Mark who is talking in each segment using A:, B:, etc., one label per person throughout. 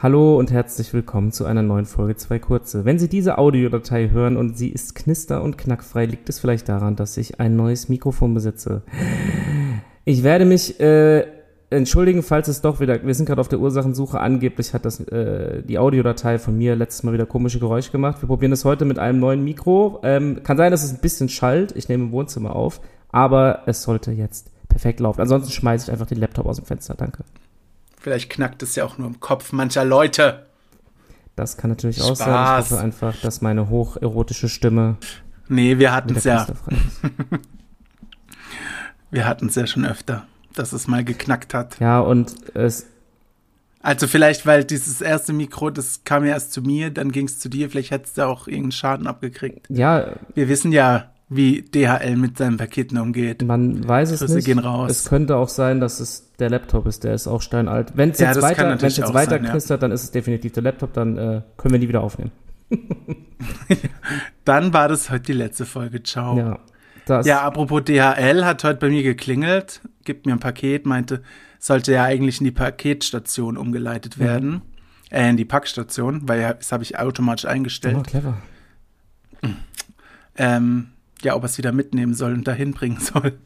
A: Hallo und herzlich willkommen zu einer neuen Folge 2 Kurze. Wenn Sie diese Audiodatei hören und sie ist knister- und knackfrei, liegt es vielleicht daran, dass ich ein neues Mikrofon besitze. Ich werde mich äh, entschuldigen, falls es doch wieder, wir sind gerade auf der Ursachensuche, angeblich hat das, äh, die Audiodatei von mir letztes Mal wieder komische Geräusche gemacht. Wir probieren es heute mit einem neuen Mikro. Ähm, kann sein, dass es ein bisschen schallt, ich nehme im Wohnzimmer auf, aber es sollte jetzt perfekt laufen. Ansonsten schmeiße ich einfach den Laptop aus dem Fenster, danke.
B: Vielleicht knackt es ja auch nur im Kopf mancher Leute.
A: Das kann natürlich auch sein. Ich
B: Spaß.
A: hoffe einfach, dass meine hocherotische Stimme
B: Nee, wir hatten
A: wieder
B: es ja.
A: knisterfrei ist.
B: Wir hatten es ja schon öfter, dass es mal geknackt hat.
A: Ja, und es,
B: Also vielleicht, weil dieses erste Mikro, das kam ja erst zu mir, dann ging es zu dir, vielleicht hättest du auch irgendeinen Schaden abgekriegt.
A: ja,
B: Wir wissen ja, wie DHL mit seinen Paketen umgeht.
A: man weiß es
B: Grüße
A: nicht.
B: gehen raus.
A: Es könnte auch sein, dass es der Laptop ist, der ist auch steinalt. Wenn es
B: Ja,
A: jetzt
B: das kann
A: weiter, wenn's
B: natürlich
A: jetzt
B: auch
A: weiter
B: sein, ja.
A: knistert, dann ist es definitiv der Laptop, dann äh, können wir die wieder aufnehmen.
B: Dann war das heute die letzte Folge. Ciao.
A: Ja, das,
B: Oh. Ja, apropos DHL hat heute bei mir geklingelt, gibt mir ein Paket, meinte, sollte ja eigentlich in die Paketstation umgeleitet werden. Äh, in die Packstation, weil ja, das habe ich automatisch
A: oh,
B: eingestellt.
A: clever.
B: Ähm, ja, ob er es wieder mitnehmen soll und dahin bringen soll.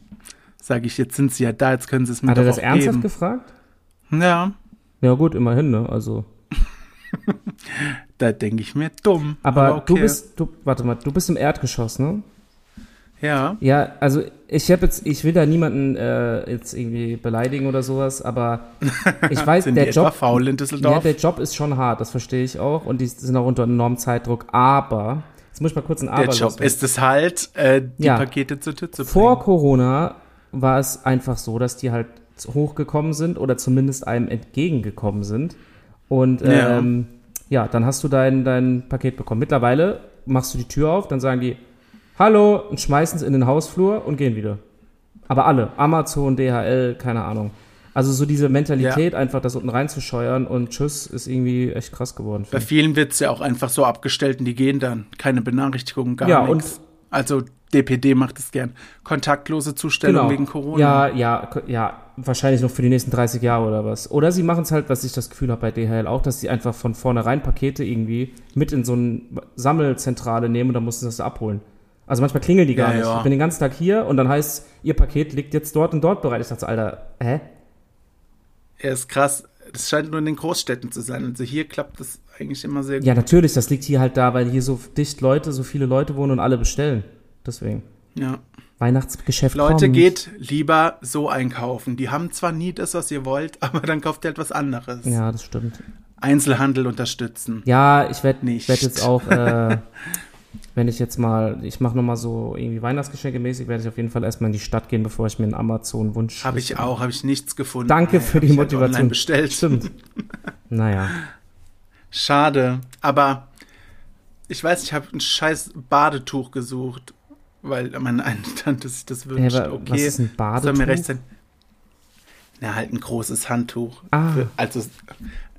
B: Sage ich, jetzt sind sie ja da, jetzt können sie es mir
A: Hat er
B: doch
A: das
B: auch
A: ernsthaft
B: geben.
A: gefragt?
B: Ja,
A: Ja gut, immerhin, ne? Also,
B: da denke ich mir, dumm.
A: aber du
B: Ah, okay.
A: bist, du, warte mal, du bist im Erdgeschoss, ne?
B: Ja,
A: Ja, also ich habe jetzt, ich will da niemanden äh, jetzt irgendwie beleidigen oder sowas, aber ich weiß,
B: sind
A: der
B: die etwa
A: Job,
B: faul in
A: Ja,
B: Düsseldorf?
A: der Job ist schon hart, das verstehe ich auch. Und die sind auch unter enormem Zeitdruck. Aber, jetzt muss ich mal kurz ein Aber
B: der Job
A: loswerden.
B: ist es halt, äh, die
A: Ja.
B: Pakete zur Tür zu
A: Vor
B: bringen.
A: Corona war es einfach so, dass die halt hochgekommen sind oder zumindest einem entgegengekommen sind. Und
B: Ja.
A: ähm, ja, dann hast du dein, dein Paket bekommen. Mittlerweile machst du die Tür auf, dann sagen die Hallo und schmeißen es in den Hausflur und gehen wieder. Aber alle, Amazon, DHL, keine Ahnung. Also so diese Mentalität, einfach das unten reinzuscheuern und tschüss, ist irgendwie echt krass geworden.
B: Bei
A: finde ich.
B: vielen wird es ja auch einfach so abgestellt und die gehen dann. Keine Benachrichtigung, gar
A: Ja,
B: nichts. Also DPD macht es gern. Kontaktlose Zustellung wegen Corona.
A: Genau. Ja, ja, k- ja, wahrscheinlich noch für die nächsten 30 Jahre oder was. Oder sie machen es halt, was ich das Gefühl habe bei DHL auch, dass sie einfach von vornherein Pakete irgendwie mit in so eine Sammelzentrale nehmen und dann mussten sie das abholen. Also manchmal klingeln die gar
B: Ja,
A: nicht.
B: ja.
A: Ich bin den ganzen Tag hier und dann heißt ihr Paket liegt jetzt dort und dort bereit. Ich dachte, so, Alter, hä?
B: Er ist krass. Das scheint nur in den Großstädten zu sein. Also hier klappt das eigentlich immer sehr gut.
A: Ja, natürlich, das liegt hier halt da, weil hier so dicht Leute, so viele Leute wohnen und alle bestellen. Deswegen.
B: ja.
A: Weihnachtsgeschäft
B: Leute,
A: kommt.
B: geht lieber so einkaufen. Die haben zwar nie das, was ihr wollt, aber dann kauft ihr etwas anderes.
A: Ja, das stimmt.
B: Einzelhandel unterstützen.
A: Ja, ich werde
B: Nicht.
A: werd jetzt auch, äh, wenn ich jetzt mal, ich mache nochmal so irgendwie Weihnachtsgeschenke mäßig, werde ich auf jeden Fall erstmal in die Stadt gehen, bevor ich mir einen Amazon-Wunsch.
B: Habe ich auch, habe ich nichts gefunden.
A: Danke für
B: hab
A: die
B: ich halt
A: Motivation.
B: online bestellt.
A: Stimmt. naja.
B: Schade, aber ich weiß, ich habe ein scheiß Badetuch gesucht, weil meine eine Tante sich das
A: Hey,
B: wünscht.
A: wa-
B: okay,
A: was ist ein
B: soll
A: Badetuch?
B: mir recht sein. Na, halt ein großes Handtuch.
A: Ah.
B: Für, also,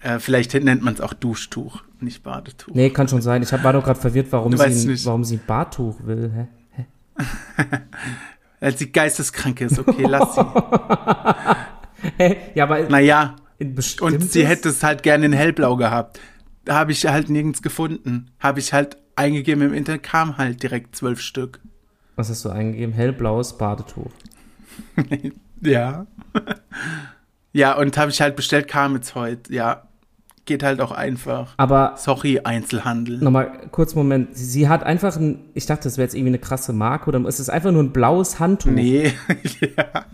B: äh, vielleicht nennt man es auch Duschtuch, nicht Badetuch.
A: Nee, kann schon sein. Ich hab, war doch gerade verwirrt, warum
B: Du
A: sie,
B: weißt
A: ein,
B: nicht.
A: warum sie ein Bartuch will. Hä?
B: Als sie geisteskrank ist, okay, lass sie.
A: Hä? ja, aber
B: Naja,
A: in bestimmtes,
B: und sie hätte es halt gerne in hellblau gehabt. Da habe ich halt nirgends gefunden. Habe ich halt eingegeben im Internet, kam halt direkt zwölf Stück.
A: Was hast du eingegeben? Hellblaues Badetuch.
B: Ja. ja, und habe ich halt bestellt, kam jetzt heute. Ja, geht halt auch einfach.
A: Aber
B: Sorry, Einzelhandel.
A: Nochmal kurz einen Moment. Sie, sie hat einfach ein, ich dachte, das wäre jetzt irgendwie eine krasse Marke oder es ist einfach nur ein blaues Handtuch.
B: Nee, ja.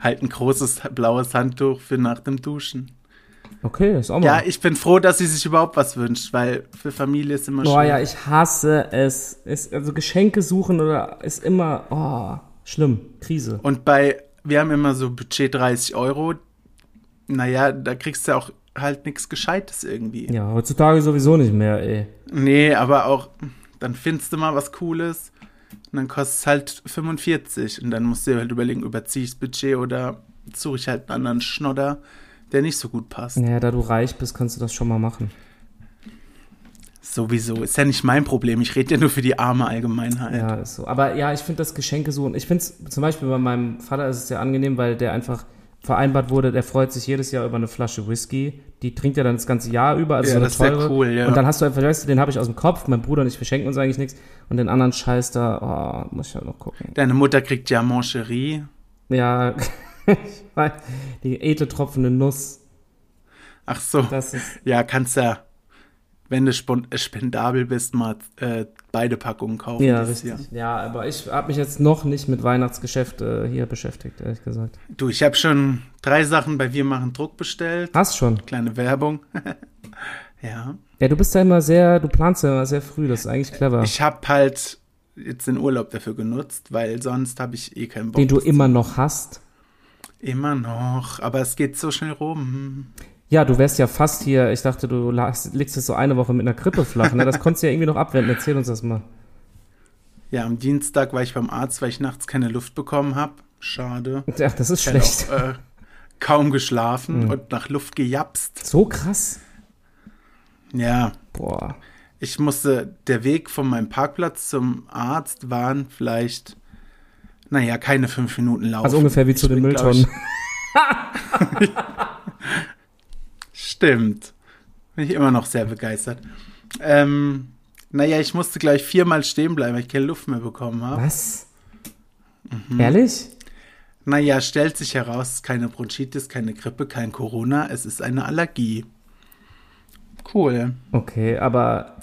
B: Halt ein großes blaues Handtuch für nach dem Duschen.
A: Okay, ist auch mal.
B: Ja, ich bin froh, dass sie sich überhaupt was wünscht, weil für Familie ist immer
A: Boah,
B: schön.
A: ja, ich hasse es. es. Also Geschenke suchen oder ist immer, oh, schlimm, Krise.
B: Und bei, wir haben immer so Budget 30 Euro. Naja, da kriegst du auch halt nichts Gescheites irgendwie.
A: Ja, heutzutage sowieso nicht mehr, ey.
B: Nee, aber auch, dann findest du mal was Cooles und dann kostet es halt 45 und dann musst du dir halt überlegen, überziehe ich das Budget oder suche ich halt einen anderen Schnodder, der nicht so gut passt.
A: Naja, da du reich bist, kannst du das schon mal machen.
B: Sowieso, ist ja nicht mein Problem, ich rede ja nur für die arme halt. Allgemeinheit.
A: Ja, ist so. Aber ja, ich finde das Geschenke suchen. Ich finde es zum Beispiel bei meinem Vater ist es sehr angenehm, weil der einfach vereinbart wurde, der freut sich jedes Jahr über eine Flasche Whisky. Die trinkt er dann das ganze Jahr über, also
B: Ja,
A: so eine
B: das wär
A: teure.
B: cool, ja.
A: Und dann hast du einfach, weißt du, den habe ich aus dem Kopf, mein Bruder und ich, wir schenken uns eigentlich nichts. Und den anderen Scheiß da, oh, muss ich ja noch gucken.
B: Deine Mutter kriegt ja Mancherie.
A: Ja, ich weiß, die edle tropfende Nuss,
B: Ach so.
A: das ist,
B: Ja, kannst ja, wenn du spon- äh, spendabel bist, mal äh, beide Packungen kaufen.
A: ja,
B: dieses Jahr.
A: richtig. Ja, aber ich habe mich jetzt noch nicht mit Weihnachtsgeschäft äh, hier beschäftigt, ehrlich gesagt.
B: Du, ich habe schon drei Sachen bei Wir machen Druck bestellt.
A: Hast schon.
B: Kleine Werbung. ja.
A: Ja, du bist ja immer sehr, du planst ja immer sehr früh, das ist eigentlich clever.
B: Ich habe halt jetzt den Urlaub dafür genutzt, weil sonst habe ich eh keinen Bock.
A: den du immer noch hast.
B: Immer noch, aber es geht so schnell rum.
A: Ja, du wärst ja fast hier, ich dachte, du lagst- liegst jetzt so eine Woche mit einer Krippe flach, ne? Das konntest du ja irgendwie noch abwenden, erzähl uns das mal.
B: Ja, am Dienstag war ich beim Arzt, weil ich nachts keine Luft bekommen habe. Schade.
A: Ach, das ist
B: Ich hätte
A: schlecht. Mhm.
B: auch äh, kaum geschlafen und nach Luft gejapst.
A: So krass.
B: Ja,
A: Boah.
B: ich musste, der Weg von meinem Parkplatz zum Arzt waren vielleicht, naja, keine fünf Minuten laufen.
A: Also ungefähr wie
B: Ich
A: zu den
B: bin, glaub
A: Mülltonnen.
B: Ich, stimmt. Bin ich immer noch sehr begeistert. Ähm, naja, ich musste gleich viermal stehen bleiben, weil ich keine Luft mehr bekommen habe.
A: Was?
B: Mhm.
A: Ehrlich?
B: Naja, stellt sich heraus, keine Bronchitis, keine Grippe, kein Corona, es ist eine Allergie. Cool.
A: Okay, aber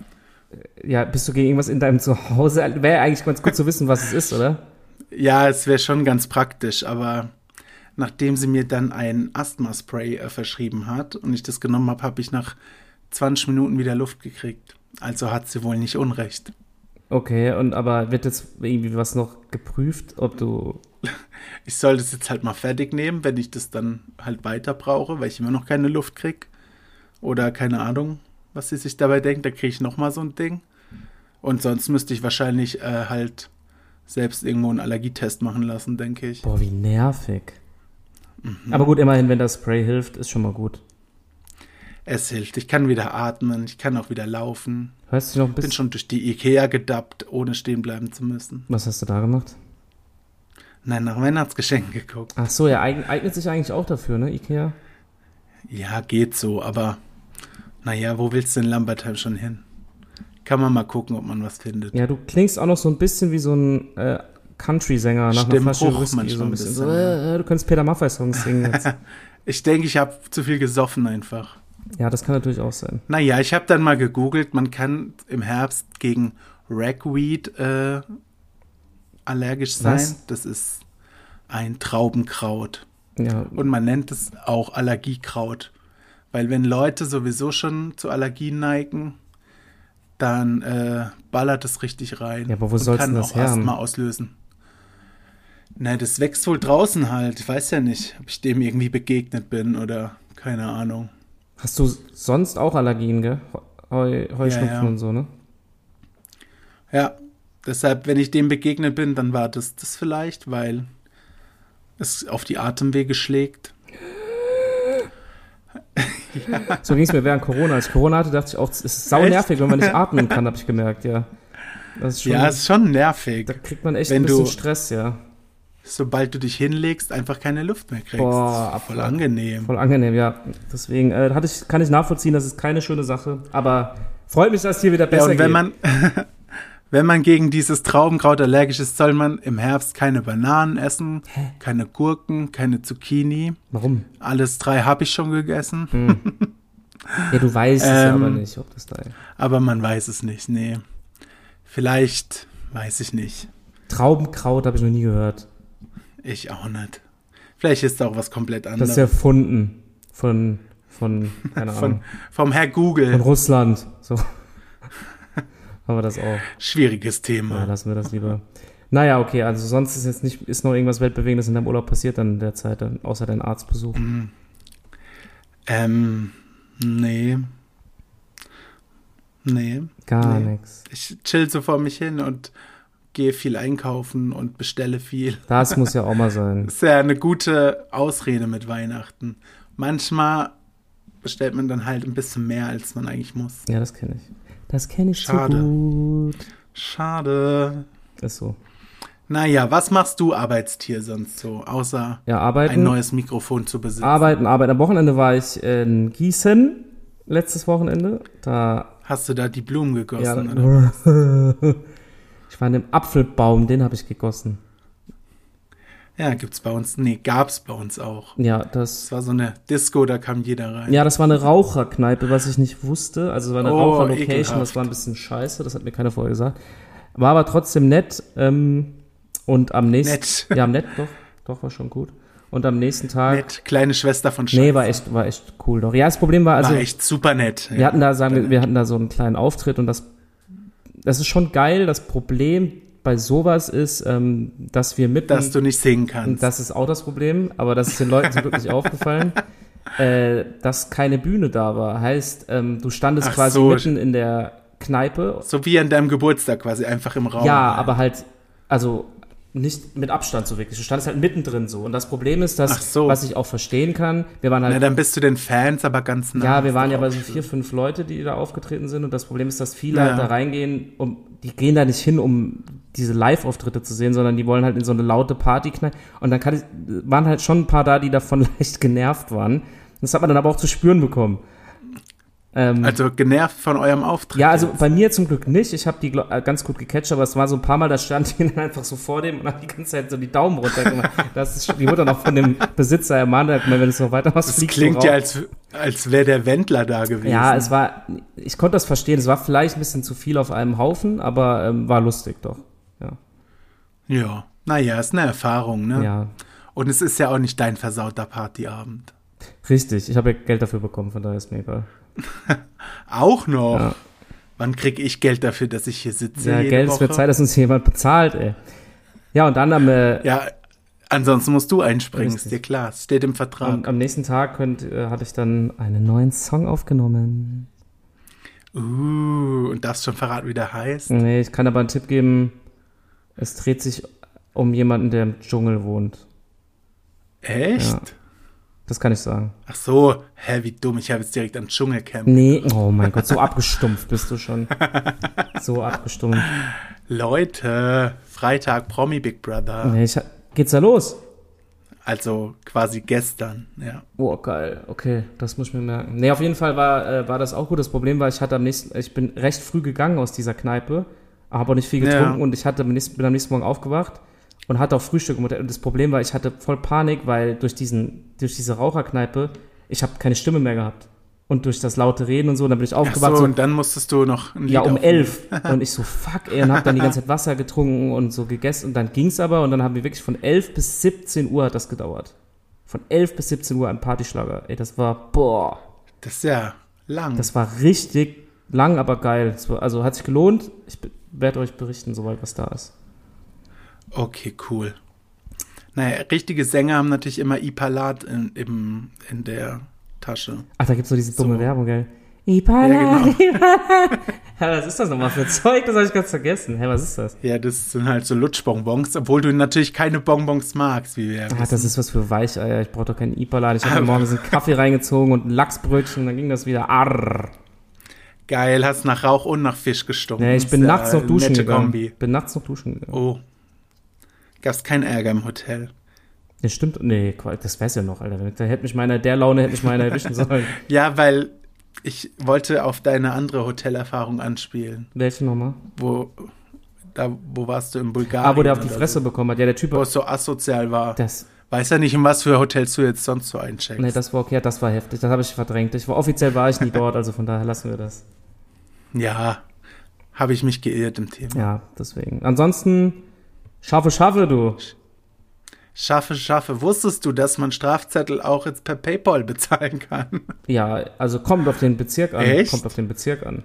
A: äh, ja, bist du gegen irgendwas in deinem Zuhause? Wäre ja eigentlich ganz gut zu wissen, was es ist, oder?
B: Ja, es wäre schon ganz praktisch, aber nachdem sie mir dann ein Asthma-Spray äh, verschrieben hat und ich das genommen habe, habe ich nach 20 Minuten wieder Luft gekriegt. Also hat sie wohl nicht Unrecht.
A: Okay, und aber wird jetzt irgendwie was noch geprüft, ob du.
B: Ich soll das jetzt halt mal fertig nehmen, wenn ich das dann halt weiter brauche, weil ich immer noch keine Luft krieg. Oder keine Ahnung, was sie sich dabei denkt, da kriege ich nochmal so ein Ding. Und sonst müsste ich wahrscheinlich äh, halt selbst irgendwo einen Allergietest machen lassen, denke ich.
A: Boah, wie nervig.
B: Mhm.
A: Aber gut, immerhin, wenn das Spray hilft, ist schon mal gut.
B: Es hilft, ich kann wieder atmen, ich kann auch wieder laufen.
A: Hörst du dich noch ein
B: bin
A: bisschen?
B: schon durch die Ikea gedappt, ohne stehen bleiben zu müssen.
A: Was hast du da gemacht?
B: Nein, nach Weihnachtsgeschenken geguckt.
A: Ach so, ja, eig- eignet sich eigentlich auch dafür, ne, Ikea?
B: Ja, geht so, aber naja, wo willst du in Lambertheim schon hin? Kann man mal gucken, ob man was findet.
A: Ja, du klingst auch noch so ein bisschen wie so ein äh, Country-Sänger nach einer
B: Stimmbruch
A: Flasche Whisky. So
B: manchmal
A: ein
B: ein
A: bisschen.
B: bisschen,
A: so, äh, äh, du könntest Peter Maffay-Songs singen jetzt.
B: Ich denke, ich habe zu viel gesoffen einfach.
A: ja, das kann natürlich auch sein.
B: Naja, ich habe dann mal gegoogelt, man kann im Herbst gegen Ragweed äh, allergisch sein.
A: Was?
B: Das ist ein Traubenkraut.
A: Ja,
B: Und man nennt es auch Allergiekraut. Weil wenn Leute sowieso schon zu Allergien neigen, dann äh, ballert es richtig rein.
A: Ja, aber wo
B: und
A: soll's
B: kann
A: denn das
B: auch
A: her haben?
B: Asthma auslösen. Na, das wächst wohl draußen halt. Ich weiß ja nicht, ob ich dem irgendwie begegnet bin oder keine Ahnung.
A: hast du sonst auch Allergien, gell? Heu, Heuschnupfen
B: Ja, ja.
A: und so, ne?
B: Ja, deshalb, wenn ich dem begegnet bin, dann war das das vielleicht, weil es auf die Atemwege schlägt.
A: So ging es mir während Corona. Als ich Corona hatte, dachte ich auch, es ist sau
B: Echt?
A: nervig, wenn man nicht atmen kann, habe ich gemerkt, ja. Das ist schon,
B: Ja, ist schon nervig,
A: da kriegt man echt
B: wenn
A: ein bisschen
B: du-
A: Stress, ja.
B: sobald du dich hinlegst, einfach keine Luft mehr kriegst.
A: Boah,
B: voll
A: abfuck.
B: angenehm.
A: Voll angenehm, ja. Deswegen äh, hatte ich, kann ich nachvollziehen, das ist keine schöne Sache, aber freut mich, dass es hier wieder
B: Ja,
A: besser
B: und
A: geht.
B: wenn man, wenn man gegen dieses Traubenkraut allergisch ist, soll man im Herbst keine Bananen essen, keine Gurken, keine Zucchini.
A: Warum?
B: Alles drei habe ich schon gegessen,
A: Hm. Ja, du weißt es ja
B: Ähm,
A: aber nicht, ob das da ist.
B: aber man weiß es nicht. Nee. Vielleicht weiß ich nicht.
A: Traubenkraut habe ich noch nie gehört.
B: Ich auch nicht. Vielleicht ist da auch was komplett
A: Das
B: anderes.
A: ist erfunden von, von keine
B: von,
A: Ahnung,
B: vom Herr
A: von
B: Google.
A: Russland. So. Haben wir das auch.
B: Schwieriges
A: Ja,
B: Thema.
A: Ah, lassen wir das lieber. Naja, okay, also sonst ist jetzt nicht, ist noch irgendwas Weltbewegendes in deinem Urlaub passiert dann in der Zeit, dann, außer dein Arztbesuch.
B: Mm, Ähm, nee. Nee.
A: Gar
B: Nee.
A: nichts.
B: Ich chill so vor mich hin und gehe viel einkaufen und bestelle viel.
A: Das muss ja auch mal sein.
B: Ist ja eine gute Ausrede mit Weihnachten. Manchmal bestellt man dann halt ein bisschen mehr, als man eigentlich muss.
A: Ja, das kenne ich. Das kenne ich
B: Schade.
A: zu gut.
B: Schade.
A: Ist so.
B: Naja, was machst du Arbeitstier sonst so, außer
A: Ja,
B: ein
A: arbeiten.
B: neues Mikrofon zu besitzen?
A: Arbeiten, arbeiten. Am Wochenende war ich in Gießen, letztes Wochenende. Da,
B: Hast du da die Blumen
A: ja,
B: gegossen? Oder?
A: ich war in einem Apfelbaum, den habe ich gegossen.
B: Ja, gibt's bei uns. Nee, gab's bei uns auch.
A: Ja,
B: Es
A: das,
B: war so eine Disco, da kam jeder rein.
A: ja, das war eine Raucherkneipe, was ich nicht wusste. Also es war eine
B: Oh,
A: Raucherlocation, das
B: ekelhaft.
A: war ein bisschen scheiße, das hat mir keiner vorher gesagt. War aber trotzdem nett. Ähm, und am nächsten.
B: Nett.
A: Ja, nett, doch. Doch, war schon gut. Und am nächsten Tag.
B: Nett, kleine Schwester von Scheiße.
A: Nee, war echt, war echt cool doch. Ja, das Problem war, also
B: war echt super nett.
A: Wir hatten da, sagen wir, wir hatten da so einen kleinen Auftritt und das, das ist schon geil. Das Problem bei sowas ist, ähm, dass wir mitten,
B: dass du nicht singen kannst.
A: das ist auch das Problem, aber das ist den Leuten zum Glück nicht aufgefallen, äh, dass keine Bühne da war. Heißt, ähm, du standest
B: Ach
A: quasi
B: so. Oh,
A: mitten in der Kneipe.
B: so wie an deinem Geburtstag quasi, einfach im Raum.
A: Ja, aber halt, also nicht mit Abstand so wirklich. Du standest halt mittendrin so. Und das Problem ist,
B: Ach
A: dass,
B: so.
A: was ich auch verstehen kann, wir waren halt
B: Na, dann bist du den Fans aber ganz nah.
A: Ja, wir waren ja bei
B: bei
A: so vier, fünf Leute, die da aufgetreten sind. Und das Problem ist, dass viele
B: Ja.
A: halt da reingehen, um, die gehen da nicht hin, um diese Live-Auftritte zu sehen, sondern die wollen halt in so eine laute Party knallen. Und dann kann ich, waren halt schon ein paar da, die davon leicht genervt waren. Das hat man dann aber auch zu spüren bekommen. Ähm,
B: Also genervt von eurem Auftritt.
A: ja, also
B: jetzt.
A: bei mir zum Glück nicht. Ich habe die gl- äh, ganz gut gecatcht, aber es war so ein paar Mal, da stand die dann einfach so vor dem und hat die ganze Zeit so die Daumen runter gemacht. Das ist, die wurde dann auch von dem Besitzer ermahnt, er hat gemeint, wenn du es noch weitermachst,
B: Das
A: fliegst
B: klingt
A: du
B: ja,
A: raus.
B: als, als wäre der Wendler da gewesen.
A: Ja, also es war, ich konnte das verstehen, es war vielleicht ein bisschen zu viel auf einem Haufen, aber ähm, war lustig doch. Ja.
B: ja. Naja, ist eine Erfahrung, ne?
A: ja.
B: Und es ist ja auch nicht dein versauter Partyabend.
A: Richtig, ich habe ja Geld dafür bekommen, von daher ist mir egal.
B: Auch noch.
A: Ja.
B: Wann krieg ich Geld dafür, dass ich hier sitze?
A: Ja,
B: jede
A: Geld ist
B: Woche?
A: mir Zeit, dass uns jemand bezahlt, ey. Ja, und dann am, äh,
B: Ja, ansonsten musst du einspringen,
A: Richtig.
B: ist dir klar. Es Steht im Vertrag.
A: am, am nächsten Tag könnt, äh, hatte ich dann einen neuen Song aufgenommen.
B: Uh, und darfst schon verraten, wie der heißt?
A: Nee, ich kann aber einen Tipp geben, es dreht sich um jemanden, der im Dschungel wohnt.
B: Echt?
A: Ja. Das kann ich sagen.
B: Ach so, hä, wie dumm, ich habe jetzt direkt an Dschungelcamp.
A: Nee, oh mein Gott, so abgestumpft bist du schon. So abgestumpft.
B: Leute, Freitag, Promi Big Brother.
A: Nee, ich, ha- geht's da los?
B: Also quasi gestern, ja.
A: Oh, geil. Okay, das muss ich mir merken. Nee, auf jeden Fall war, äh, war das auch gut. Das Problem war, ich hatte am nächsten, ich bin recht früh gegangen aus dieser Kneipe, habe auch nicht viel getrunken
B: Ja.
A: und ich hatte am nächsten, bin am nächsten Morgen aufgewacht und hatte auch Frühstück im Hotel. Und das Problem war, ich hatte voll Panik, weil durch diesen, durch diese Raucherkneipe, ich habe keine Stimme mehr gehabt. Und durch das laute Reden und so, dann bin ich
B: Ach
A: aufgewacht.
B: so,
A: so,
B: und dann musstest du noch ein Lied
A: ja, um
B: aufnehmen.
A: elf. Und ich so, fuck, ey, und hab dann die ganze Zeit Wasser getrunken und so gegessen. Und dann ging's aber und dann haben wir wirklich von elf bis 17 Uhr hat das gedauert. Von elf bis 17 Uhr ein Partyschlager. Ey, das war, boah,
B: Das ist ja lang.
A: das war richtig lang, aber geil. Das war, also hat sich gelohnt. Ich werde euch berichten, sobald was da ist.
B: okay, cool. Naja, richtige Sänger haben natürlich immer Ipalat in, im, in der Tasche.
A: Ach, da gibt's so genau. diese dumme
B: So.
A: Werbung, gell? Ipala,
B: Ja,
A: Ipala. Hä, was ist das nochmal für Zeug? Das habe ich ganz vergessen. Hä, was ist das?
B: Ja, das sind halt so Lutschbonbons, obwohl du natürlich keine Bonbons magst, wie wir ja
A: Ah, das
B: wissen.
A: ist was für Weicheier. Ich brauche doch keinen Ipala. Ich habe mir morgens einen Kaffee reingezogen und ein Lachsbrötchen. Dann ging das wieder. Arrrr.
B: Geil, hast nach Rauch und nach Fisch gestunken.
A: Nee, ich bin
B: Ist ja
A: nachts noch
B: eine
A: duschen
B: nette
A: gegangen.
B: Kombi.
A: Bin nachts noch duschen gegangen.
B: Oh. Gab's keinen Ärger im Hotel.
A: Ja, stimmt. Nee, Quatsch, das wär's ja noch, Alter. Da hätte mich meiner, der Laune hätte mich meiner erwischen sollen.
B: Ja, weil ich wollte auf deine andere Hotelerfahrung anspielen.
A: Welche nochmal?
B: Wo, da, wo warst du in Bulgarien?
A: Ah, wo der auf die
B: oder
A: Fresse
B: So,
A: bekommen hat. Ja, der Typ.
B: wo es so asozial war.
A: Das,
B: Weiß ja nicht, in was für Hotels du jetzt sonst so eincheckst.
A: nee, das war okay, ja, das war heftig. Das habe ich verdrängt. Ich war, offiziell war ich nie dort, also von daher lassen wir das.
B: ja, habe ich mich geirrt im Thema.
A: Ja, deswegen. Ansonsten, scharfe, scharfe, du.
B: Schaffe, schaffe. Wusstest du, dass man Strafzettel auch jetzt per PayPal bezahlen kann?
A: Ja, also kommt auf den Bezirk an.
B: Echt?
A: Kommt auf den Bezirk an.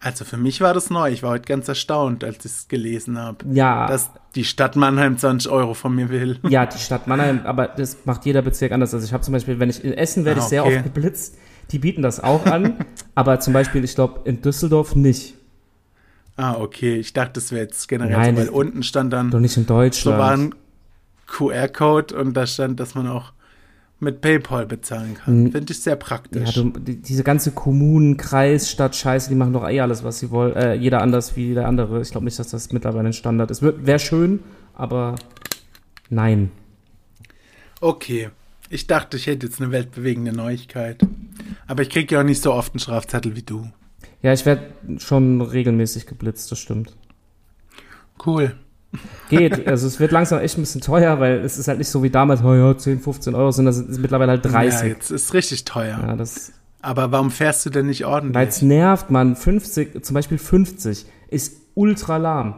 B: Also für mich war das neu. Ich war heute ganz erstaunt, als ich es gelesen habe.
A: Ja.
B: Dass die Stadt Mannheim 20 Euro von mir will.
A: Ja, die Stadt Mannheim, aber das macht jeder Bezirk anders. Also ich habe zum Beispiel, wenn ich in Essen werde
B: Ah,
A: ich sehr
B: okay.
A: oft geblitzt, die bieten das auch an, aber zum Beispiel, ich glaube, in Düsseldorf nicht.
B: Ah, okay. Ich dachte, das wäre jetzt generell
A: Nein,
B: so, weil
A: das-
B: unten stand dann
A: Doch nicht in
B: so war
A: Deutschland.
B: ein QR-Code und da stand, dass man auch mit PayPal bezahlen kann.
A: Mhm.
B: Finde ich sehr
A: Ja,
B: praktisch.
A: du, die, diese ganze Kommunen, Kreis, Stadt, Scheiße, die machen doch eh alles, was sie wollen. Äh, jeder anders wie der andere. Ich glaube nicht, dass das mittlerweile ein Standard ist. Wäre schön, aber nein.
B: okay. Ich dachte, ich hätte jetzt eine weltbewegende Neuigkeit. Aber ich kriege ja auch nicht so oft einen Strafzettel wie du.
A: Ja, ich werde schon regelmäßig geblitzt, das stimmt.
B: Cool.
A: Geht, also es wird langsam echt ein bisschen teuer, weil es ist halt nicht so wie damals, oh ja, 10, 15 Euro, sondern es ist mittlerweile halt
B: Ja,
A: 30.
B: jetzt ist richtig teuer.
A: Ja, das,
B: Aber warum fährst du denn nicht
A: weil
B: ordentlich?
A: es nervt, man. 50, zum Beispiel 50 ist ultra lahm.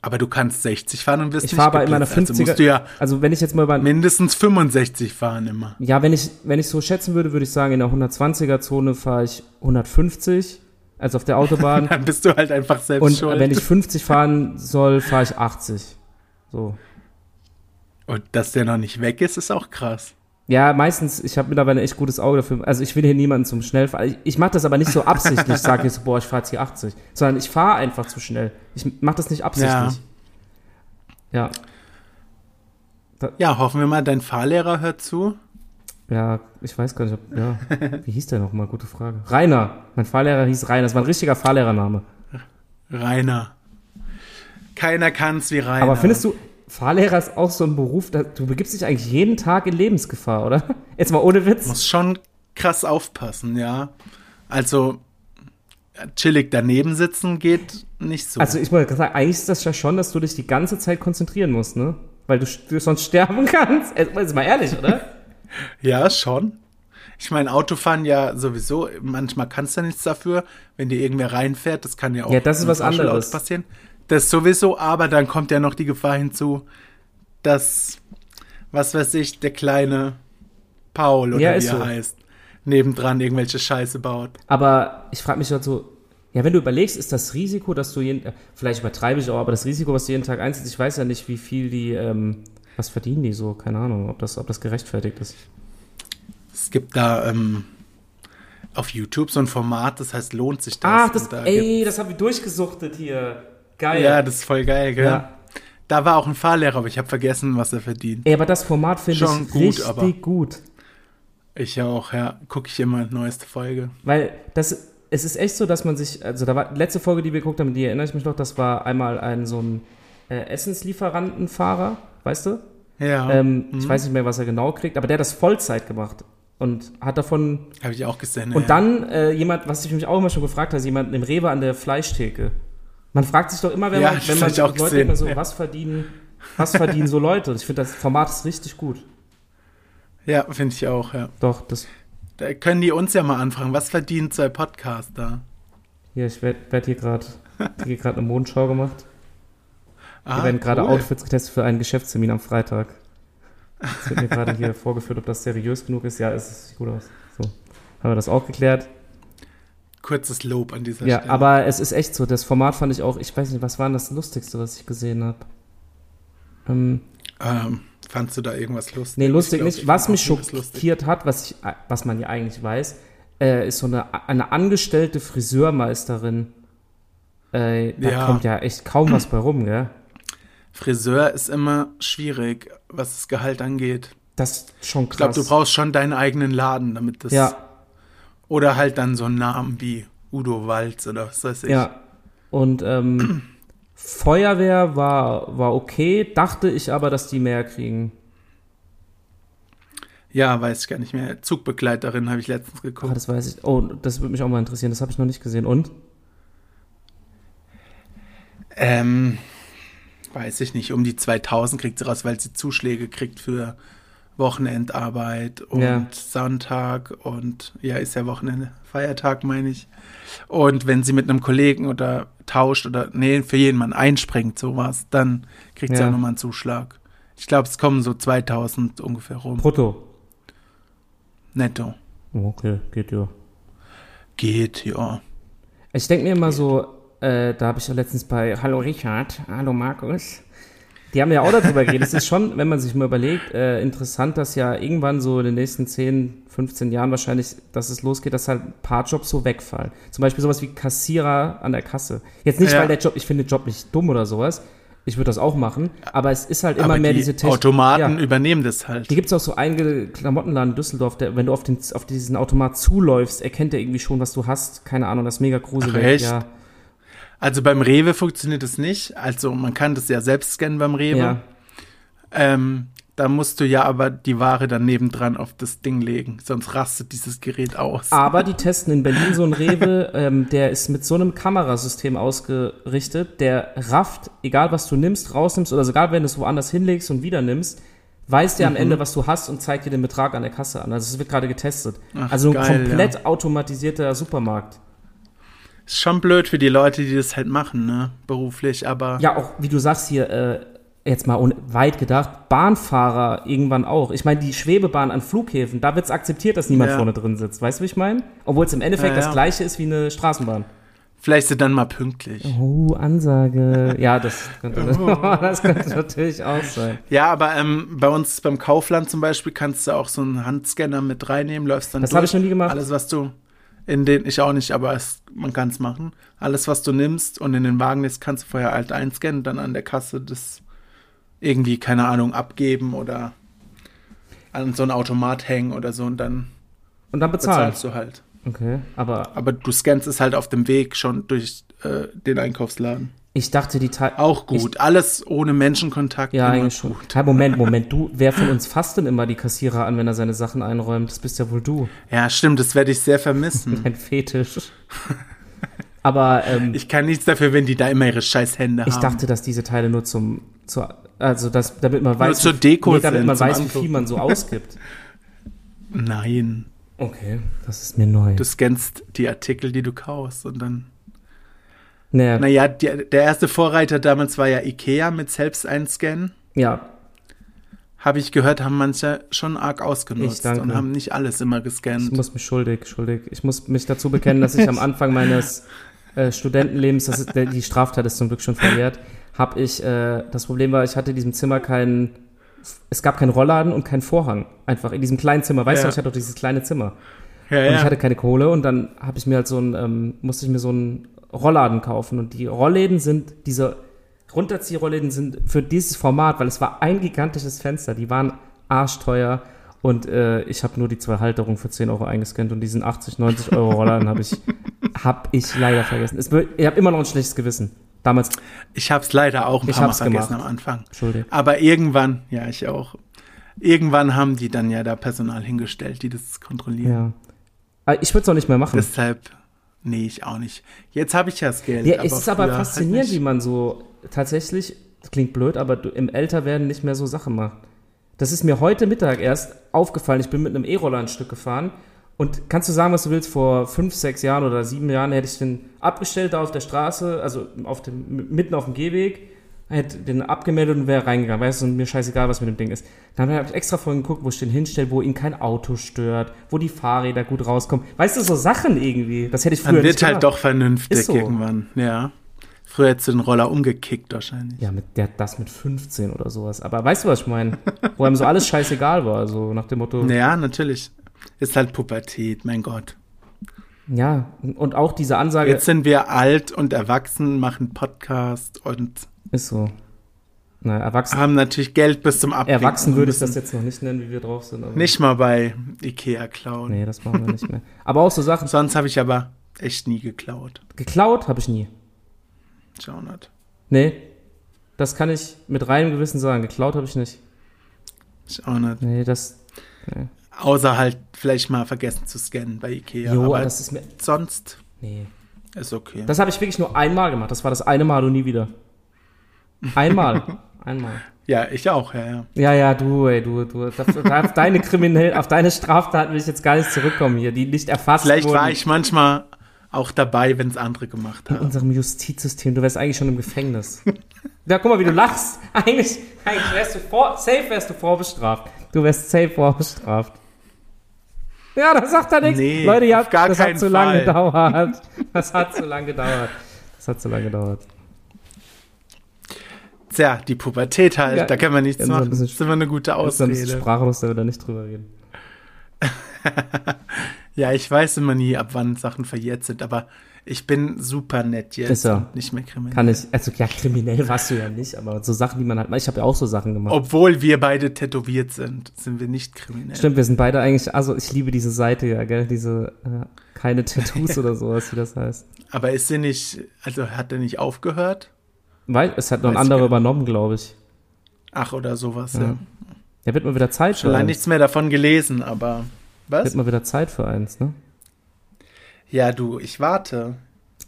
B: Aber du kannst 60 fahren und wirst
A: Ich
B: nicht
A: fahre aber in meiner
B: geblitzt.
A: 50er.
B: Also musst du ja
A: also wenn ich jetzt mal über,
B: mindestens 65 fahren immer.
A: Ja, wenn ich, wenn ich so schätzen würde, würde ich sagen, in der 120er-Zone fahre ich 150, also auf der Autobahn.
B: Dann bist du halt einfach selbst
A: und
B: schuld.
A: wenn ich 50 fahren soll, fahre ich 80. So.
B: und dass der noch nicht weg ist, ist auch krass.
A: Ja, meistens, ich habe mittlerweile ein echt gutes Auge dafür. Also ich will hier niemanden zum Schnellfahren. Ich, ich mache das aber nicht so absichtlich, ich sage jetzt, boah, ich fahre jetzt hier 80. Sondern ich fahre einfach zu schnell. Ich mache das nicht absichtlich. Ja.
B: Ja, hoffen wir mal, dein Fahrlehrer hört zu.
A: Ja, ich weiß gar nicht, ob, ja. Wie hieß der nochmal? Gute Frage. Rainer. Mein Fahrlehrer hieß Rainer. Das war ein richtiger Fahrlehrername.
B: Rainer. Keiner kann's wie Rainer.
A: Aber findest du, Fahrlehrer ist auch so ein Beruf, da, du begibst dich eigentlich jeden Tag in Lebensgefahr, oder? Jetzt mal ohne Witz.
B: Muss schon krass aufpassen, ja. Also, äh, chillig daneben sitzen geht nicht so.
A: Also ich wollte gerade sagen, eigentlich ist das ja schon, dass du dich die ganze Zeit konzentrieren musst, ne? Weil du, st- du sonst sterben kannst. Jetzt mal- jetzt mal ehrlich, oder?
B: Ja, schon. Ich meine, Autofahren ja sowieso, manchmal kannst du nichts dafür, wenn dir irgendwer reinfährt, das kann ja auch
A: Ja, das ist
B: im
A: was
B: Fahrschulauto
A: anderes.
B: passieren. Das sowieso, aber dann kommt ja noch die Gefahr hinzu, dass, was weiß ich, der kleine Paul oder
A: Ja,
B: wie
A: ist
B: er
A: so.
B: heißt, nebendran irgendwelche Scheiße baut.
A: Aber ich frage mich halt so, ja, wenn du überlegst, ist das Risiko, dass du jeden, äh, vielleicht übertreibe ich auch, aber das Risiko, was du jeden Tag einsetzt, ich weiß ja nicht, wie viel die, ähm, was verdienen die so, keine Ahnung, ob das, ob das gerechtfertigt ist.
B: Es gibt da ähm, auf YouTube so ein Format, das heißt, lohnt sich das?
A: Ach, das,
B: Und da
A: ey, das haben wir durchgesuchtet hier. Geil.
B: gibt, ja, das ist voll geil, gell?
A: Ja.
B: Da war auch ein Fahrlehrer, aber ich habe vergessen, was er verdient.
A: Ey, aber das Format finde
B: Schon
A: ich
B: gut,
A: richtig
B: aber-
A: gut.
B: Ich auch, ja. Gucke ich immer neueste Folge.
A: Weil das, es ist echt so, dass man sich, also da war letzte Folge, die wir geguckt haben, die erinnere ich mich noch, das war einmal ein so ein äh, Essenslieferantenfahrer, weißt du?
B: Ja. Mhm.
A: Ähm, Ich weiß nicht mehr, was er genau kriegt, aber der hat das Vollzeit gemacht und hat davon.
B: Habe ich auch gesehen.
A: Und
B: ja.
A: dann äh, jemand, was ich mich auch immer schon gefragt habe, ist jemand im Rewe an der Fleischtheke. Man fragt sich doch immer, wenn
B: Ja,
A: man,
B: das
A: wenn
B: hab
A: man
B: ich auch
A: Leute
B: gesehen,
A: immer so,
B: ja.
A: was verdienen, was verdienen so Leute? Und ich finde, das Format ist richtig gut.
B: Ja, finde ich auch, ja.
A: Doch, das
B: Da können die uns ja mal anfragen, was verdienen zwei Podcaster?
A: Hier, ich werde werd hier gerade hier gerade eine Mondschau gemacht. Wir
B: Ah,
A: werden gerade
B: cool.
A: Outfits getestet für einen Geschäftstermin am Freitag. Es wird mir gerade hier vorgeführt, ob das seriös genug ist. Ja, es sieht gut aus. So, haben wir das auch geklärt.
B: Kurzes Lob an dieser
A: ja,
B: Stelle.
A: aber es ist echt so. Das Format fand ich auch, ich weiß nicht, was war denn das Lustigste, was ich gesehen habe? Ähm,
B: Ähm, fandst du da irgendwas lustig?
A: nee, lustig
B: Ich glaub,
A: nicht.
B: ich
A: Was
B: fand
A: mich
B: auch irgendwas lustig.
A: schockiert hat, was, ich, was man ja eigentlich weiß, äh, ist so eine, eine angestellte Friseurmeisterin. Äh, da
B: Ja.
A: kommt ja echt kaum was bei rum, gell?
B: Friseur ist immer schwierig, was das Gehalt angeht.
A: Das ist schon krass.
B: Ich glaube, du brauchst schon deinen eigenen Laden, damit das.
A: ja,
B: Oder halt dann so einen Namen wie Udo Walz oder was weiß ich.
A: ja. Und ähm, Feuerwehr war, war okay, dachte ich aber, dass die mehr kriegen.
B: ja, weiß ich gar nicht mehr. Zugbegleiterin habe ich letztens
A: Ah,
B: geguckt.
A: das weiß ich. Oh, das würde mich auch mal interessieren. Das habe ich noch nicht gesehen. Und?
B: Ähm, weiß ich nicht, um die 2000 kriegt sie raus, weil sie Zuschläge kriegt für Wochenendarbeit und
A: Ja.
B: Sonntag und ja, ist ja Wochenende, Feiertag meine ich. Und wenn sie mit einem Kollegen oder tauscht oder nee, für jemanden einspringt, sowas, dann kriegt sie
A: Ja.
B: auch nochmal einen Zuschlag. Ich glaube, es kommen so 2000 ungefähr rum.
A: Brutto.
B: Netto.
A: Oh, okay, geht ja.
B: Geht, ja.
A: Ich denke mir immer so, äh, da habe ich ja letztens bei Hallo Richard, Hallo Markus. Die haben ja auch darüber geredet. Es ist schon, wenn man sich mal überlegt, äh, interessant, dass ja irgendwann so in den nächsten 10, 15 Jahren wahrscheinlich, dass es losgeht, dass halt ein paar Jobs so wegfallen. Zum Beispiel sowas wie Kassierer an der Kasse. Jetzt nicht,
B: Ja.
A: weil der Job, ich finde den Job nicht dumm oder sowas, Ich würde das auch machen, aber es ist halt immer
B: Aber
A: mehr
B: die
A: diese Techn-
B: Automaten
A: Ja.
B: übernehmen das halt.
A: Hier gibt es auch so einen Klamottenladen in Düsseldorf, der, wenn du auf, den, auf diesen Automat zuläufst, erkennt er irgendwie schon, was du hast. Keine Ahnung, das ist mega gruselig.
B: Ach, echt?
A: Ja,
B: Also beim Rewe funktioniert es nicht. Also man kann das ja selbst scannen beim Rewe.
A: ja.
B: Ähm, da musst du ja aber die Ware dann nebendran auf das Ding legen, sonst rastet dieses Gerät aus.
A: Aber die testen in Berlin so einen Rewe, ähm, der ist mit so einem Kamerasystem ausgerichtet, der rafft, egal was du nimmst, rausnimmst oder sogar wenn du es woanders hinlegst und wieder nimmst, weiß
B: Mhm.
A: der am Ende, was du hast und zeigt dir den Betrag an der Kasse an. Also es wird gerade getestet.
B: Ach,
A: also ein
B: geil,
A: komplett automatisierter Supermarkt.
B: Ist schon blöd für die Leute, die das halt machen, ne? Beruflich, aber
A: Ja, auch wie du sagst hier, äh, jetzt mal ohne- weit gedacht, Bahnfahrer irgendwann auch. Ich meine, die Schwebebahn an Flughäfen, da wird's akzeptiert, dass niemand
B: Ja.
A: vorne drin sitzt. Weißt du, wie ich meine? Obwohl es im Endeffekt
B: Ja, ja.
A: das gleiche ist wie eine Straßenbahn.
B: vielleicht sind dann mal pünktlich.
A: Oh, Ansage. Ja, das könnte, das könnte natürlich auch sein.
B: Ja, aber ähm, bei uns beim Kaufland zum Beispiel kannst du auch so einen Handscanner mit reinnehmen, läufst dann
A: Das
B: durch.
A: habe ich noch nie gemacht.
B: Alles, was du in den, ich auch nicht, aber es, man kann es machen. Alles, was du nimmst und in den Wagen lässt, kannst du vorher halt einscannen, dann an der Kasse das irgendwie, keine Ahnung, abgeben oder an so einen Automat hängen oder so und dann
A: Und dann bezahlen.
B: bezahlst du halt.
A: Okay, aber
B: Aber du scannst es halt auf dem Weg schon durch äh, den Einkaufsladen.
A: ich dachte, die Teil.
B: Auch gut. Alles ohne Menschenkontakt.
A: Ja,
B: immer
A: eigentlich schon. Ja, Moment, Moment. Du, wer von uns fasst denn immer die Kassierer an, wenn er seine Sachen einräumt? Das bist ja wohl du.
B: Ja, stimmt, das werde ich sehr vermissen.
A: Dein Fetisch. Aber ähm,
B: Ich kann nichts dafür, wenn die da immer ihre scheiß Hände
A: Ich
B: haben.
A: dachte, dass diese Teile nur zum, zu, also dass, damit man weiß,
B: zur Deko
A: nee, damit
B: sind,
A: man
B: zum
A: weiß, wie
B: Angucken.
A: viel man so ausgibt.
B: Nein,
A: Okay, das ist mir neu.
B: du scannst die Artikel, die du kaufst und dann.
A: naja,
B: Naja, die, der erste Vorreiter damals war ja Ikea mit selbst einscannen.
A: ja,
B: Habe ich gehört, haben manche schon arg ausgenutzt
A: Ich danke.
B: und haben nicht alles immer
A: ich
B: gescannt.
A: muss mich schuldig, schuldig. Ich muss mich dazu bekennen, dass ich am Anfang meines äh, Studentenlebens, das ist, der, die Straftat ist zum Glück schon verjährt, habe ich, äh, das Problem war, ich hatte in diesem Zimmer keinen, es gab keinen Rollladen und keinen Vorhang. Einfach in diesem kleinen Zimmer. Weißt
B: Ja.
A: du, ich hatte doch dieses kleine Zimmer.
B: Ja,
A: Und ich
B: ja.
A: hatte keine Kohle und dann habe ich mir halt so ein, ähm, musste ich mir so einen Rollladen kaufen. Und die Rollläden sind, diese Runterziehrollläden sind für dieses Format, weil es war ein gigantisches Fenster, die waren arschteuer und äh, ich habe nur die zwei Halterungen für 10 Euro eingescannt und diesen 80, 90 Euro Rollladen habe ich, hab ich leider vergessen. Es, wird- ich habe immer noch ein schlechtes Gewissen. Damals,
B: Ich habe es leider auch ein
A: Ich
B: paar Mal
A: hab's
B: vergessen
A: gemacht.
B: am Anfang.
A: Entschuldigung.
B: Aber irgendwann, ja, ich auch. Irgendwann haben die dann ja da Personal hingestellt, die das kontrollieren.
A: Ja. Aber Ich würde es auch nicht mehr machen.
B: Deshalb, nee, ich auch nicht. Jetzt habe ich ja das Geld.
A: Ja, es ist aber
B: früher halt
A: faszinierend,
B: nicht.
A: wie man so tatsächlich, das klingt blöd, aber du, im Älterwerden nicht mehr so Sachen macht. Das ist mir heute Mittag erst aufgefallen. Ich bin mit einem E-Roller ein Stück gefahren. Und kannst du sagen, was du willst, vor fünf, sechs Jahren oder sieben Jahren hätte ich den abgestellt da auf der Straße, also auf dem, mitten auf dem Gehweg, hätte den abgemeldet und wäre reingegangen, weißt du, und mir scheißegal, was mit dem Ding ist. Dann habe ich extra vorhin geguckt, wo ich den hinstelle, wo ihn kein Auto stört, wo die Fahrräder gut rauskommen. Weißt du, so Sachen irgendwie, das hätte ich früher
B: Man
A: nicht
B: wird halt
A: gemacht.
B: doch vernünftig
A: Ist so.
B: irgendwann, ja. Früher hättest du den Roller umgekickt wahrscheinlich.
A: Ja, mit der das mit 15 oder sowas. Aber weißt du, was ich meine? Wo einem so alles scheißegal war. So nach dem Motto,
B: Naja, natürlich. Ist halt Pubertät, mein Gott.
A: ja, und auch diese Ansage
B: Jetzt sind wir alt und erwachsen, machen Podcast und
A: ist so. Na, erwachsen,
B: haben natürlich Geld bis zum Abwinken.
A: erwachsen
B: und
A: würde ich
B: müssen
A: das jetzt noch nicht nennen, wie wir drauf sind. aber-
B: Nicht mal bei Ikea klauen.
A: Nee, das machen wir nicht mehr. Aber auch so Sachen.
B: Sonst habe ich aber echt nie geklaut.
A: Geklaut habe ich nie.
B: Jonathan.
A: Nee, das kann ich mit reinem Gewissen sagen. Geklaut habe ich nicht.
B: Ich auch nicht.
A: Nee, das.
B: Außer halt vielleicht mal vergessen zu scannen bei Ikea.
A: jo,
B: aber
A: das ist mir.
B: sonst
A: Nee.
B: ist okay.
A: Das habe ich wirklich nur einmal gemacht. Das war das eine Mal und nie wieder. Einmal. einmal.
B: ja, ich auch, ja, ja.
A: Ja, ja, du, ey, du, du. Auf, auf deine kriminell, auf deine Straftaten will ich jetzt gar nicht zurückkommen hier, die nicht erfasst
B: Vielleicht
A: wurden.
B: war ich manchmal auch dabei, wenn es andere gemacht
A: in
B: haben.
A: unserem Justizsystem. Du wärst eigentlich schon im Gefängnis. ja, guck mal, wie du lachst. Eigentlich, eigentlich wärst du vor, safe wärst du vorbestraft. Du wärst safe vorbestraft. Ja, das sagt er nichts.
B: Nee,
A: Leute, ihr
B: auf
A: habt,
B: gar
A: das hat
B: keinen
A: zu lange
B: Fall.
A: gedauert. Das hat zu lange gedauert. Das hat zu lange gedauert.
B: Tja, die Pubertät halt,
A: Ja,
B: da kann man nichts
A: ja, so ein
B: machen. Das
A: bisschen
B: ist immer eine gute
A: Sonst
B: Ausrede.
A: sprachlos, da wir da nicht drüber reden.
B: Ja, ich weiß immer nie, ab wann Sachen verjährt sind, aber ich bin super nett jetzt.
A: Ist er.
B: und Nicht mehr kriminell.
A: Kann ich, also ja, kriminell warst du ja nicht, aber so Sachen, die man halt, ich habe ja auch so Sachen gemacht.
B: Obwohl wir beide tätowiert sind, sind wir nicht kriminell.
A: Stimmt, wir sind beide eigentlich, also ich liebe diese Seite ja, gell, diese äh, keine Tattoos oder sowas, wie das heißt.
B: Aber ist sie nicht, also hat er nicht aufgehört?
A: Weil es hat noch ein
B: Weiß ich
A: anderer
B: gar nicht.
A: übernommen, glaube ich.
B: Ach, oder sowas,
A: Ja.
B: ja.
A: Ja, wird mal wieder Zeit
B: Schon
A: für
B: lange
A: eins.
B: nichts mehr davon gelesen, aber.
A: Wird
B: Was?
A: mal wieder Zeit für eins, ne?
B: Ja, du, ich warte.